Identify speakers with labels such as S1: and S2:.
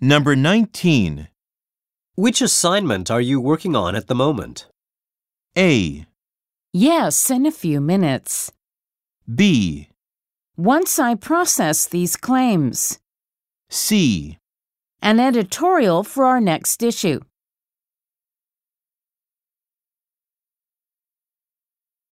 S1: Number 19.
S2: Which assignment are you working on at the moment?
S1: A.
S3: Yes, in a few minutes.
S1: B.
S3: Once I process these claims,
S1: C.
S3: an editorial for our next issue.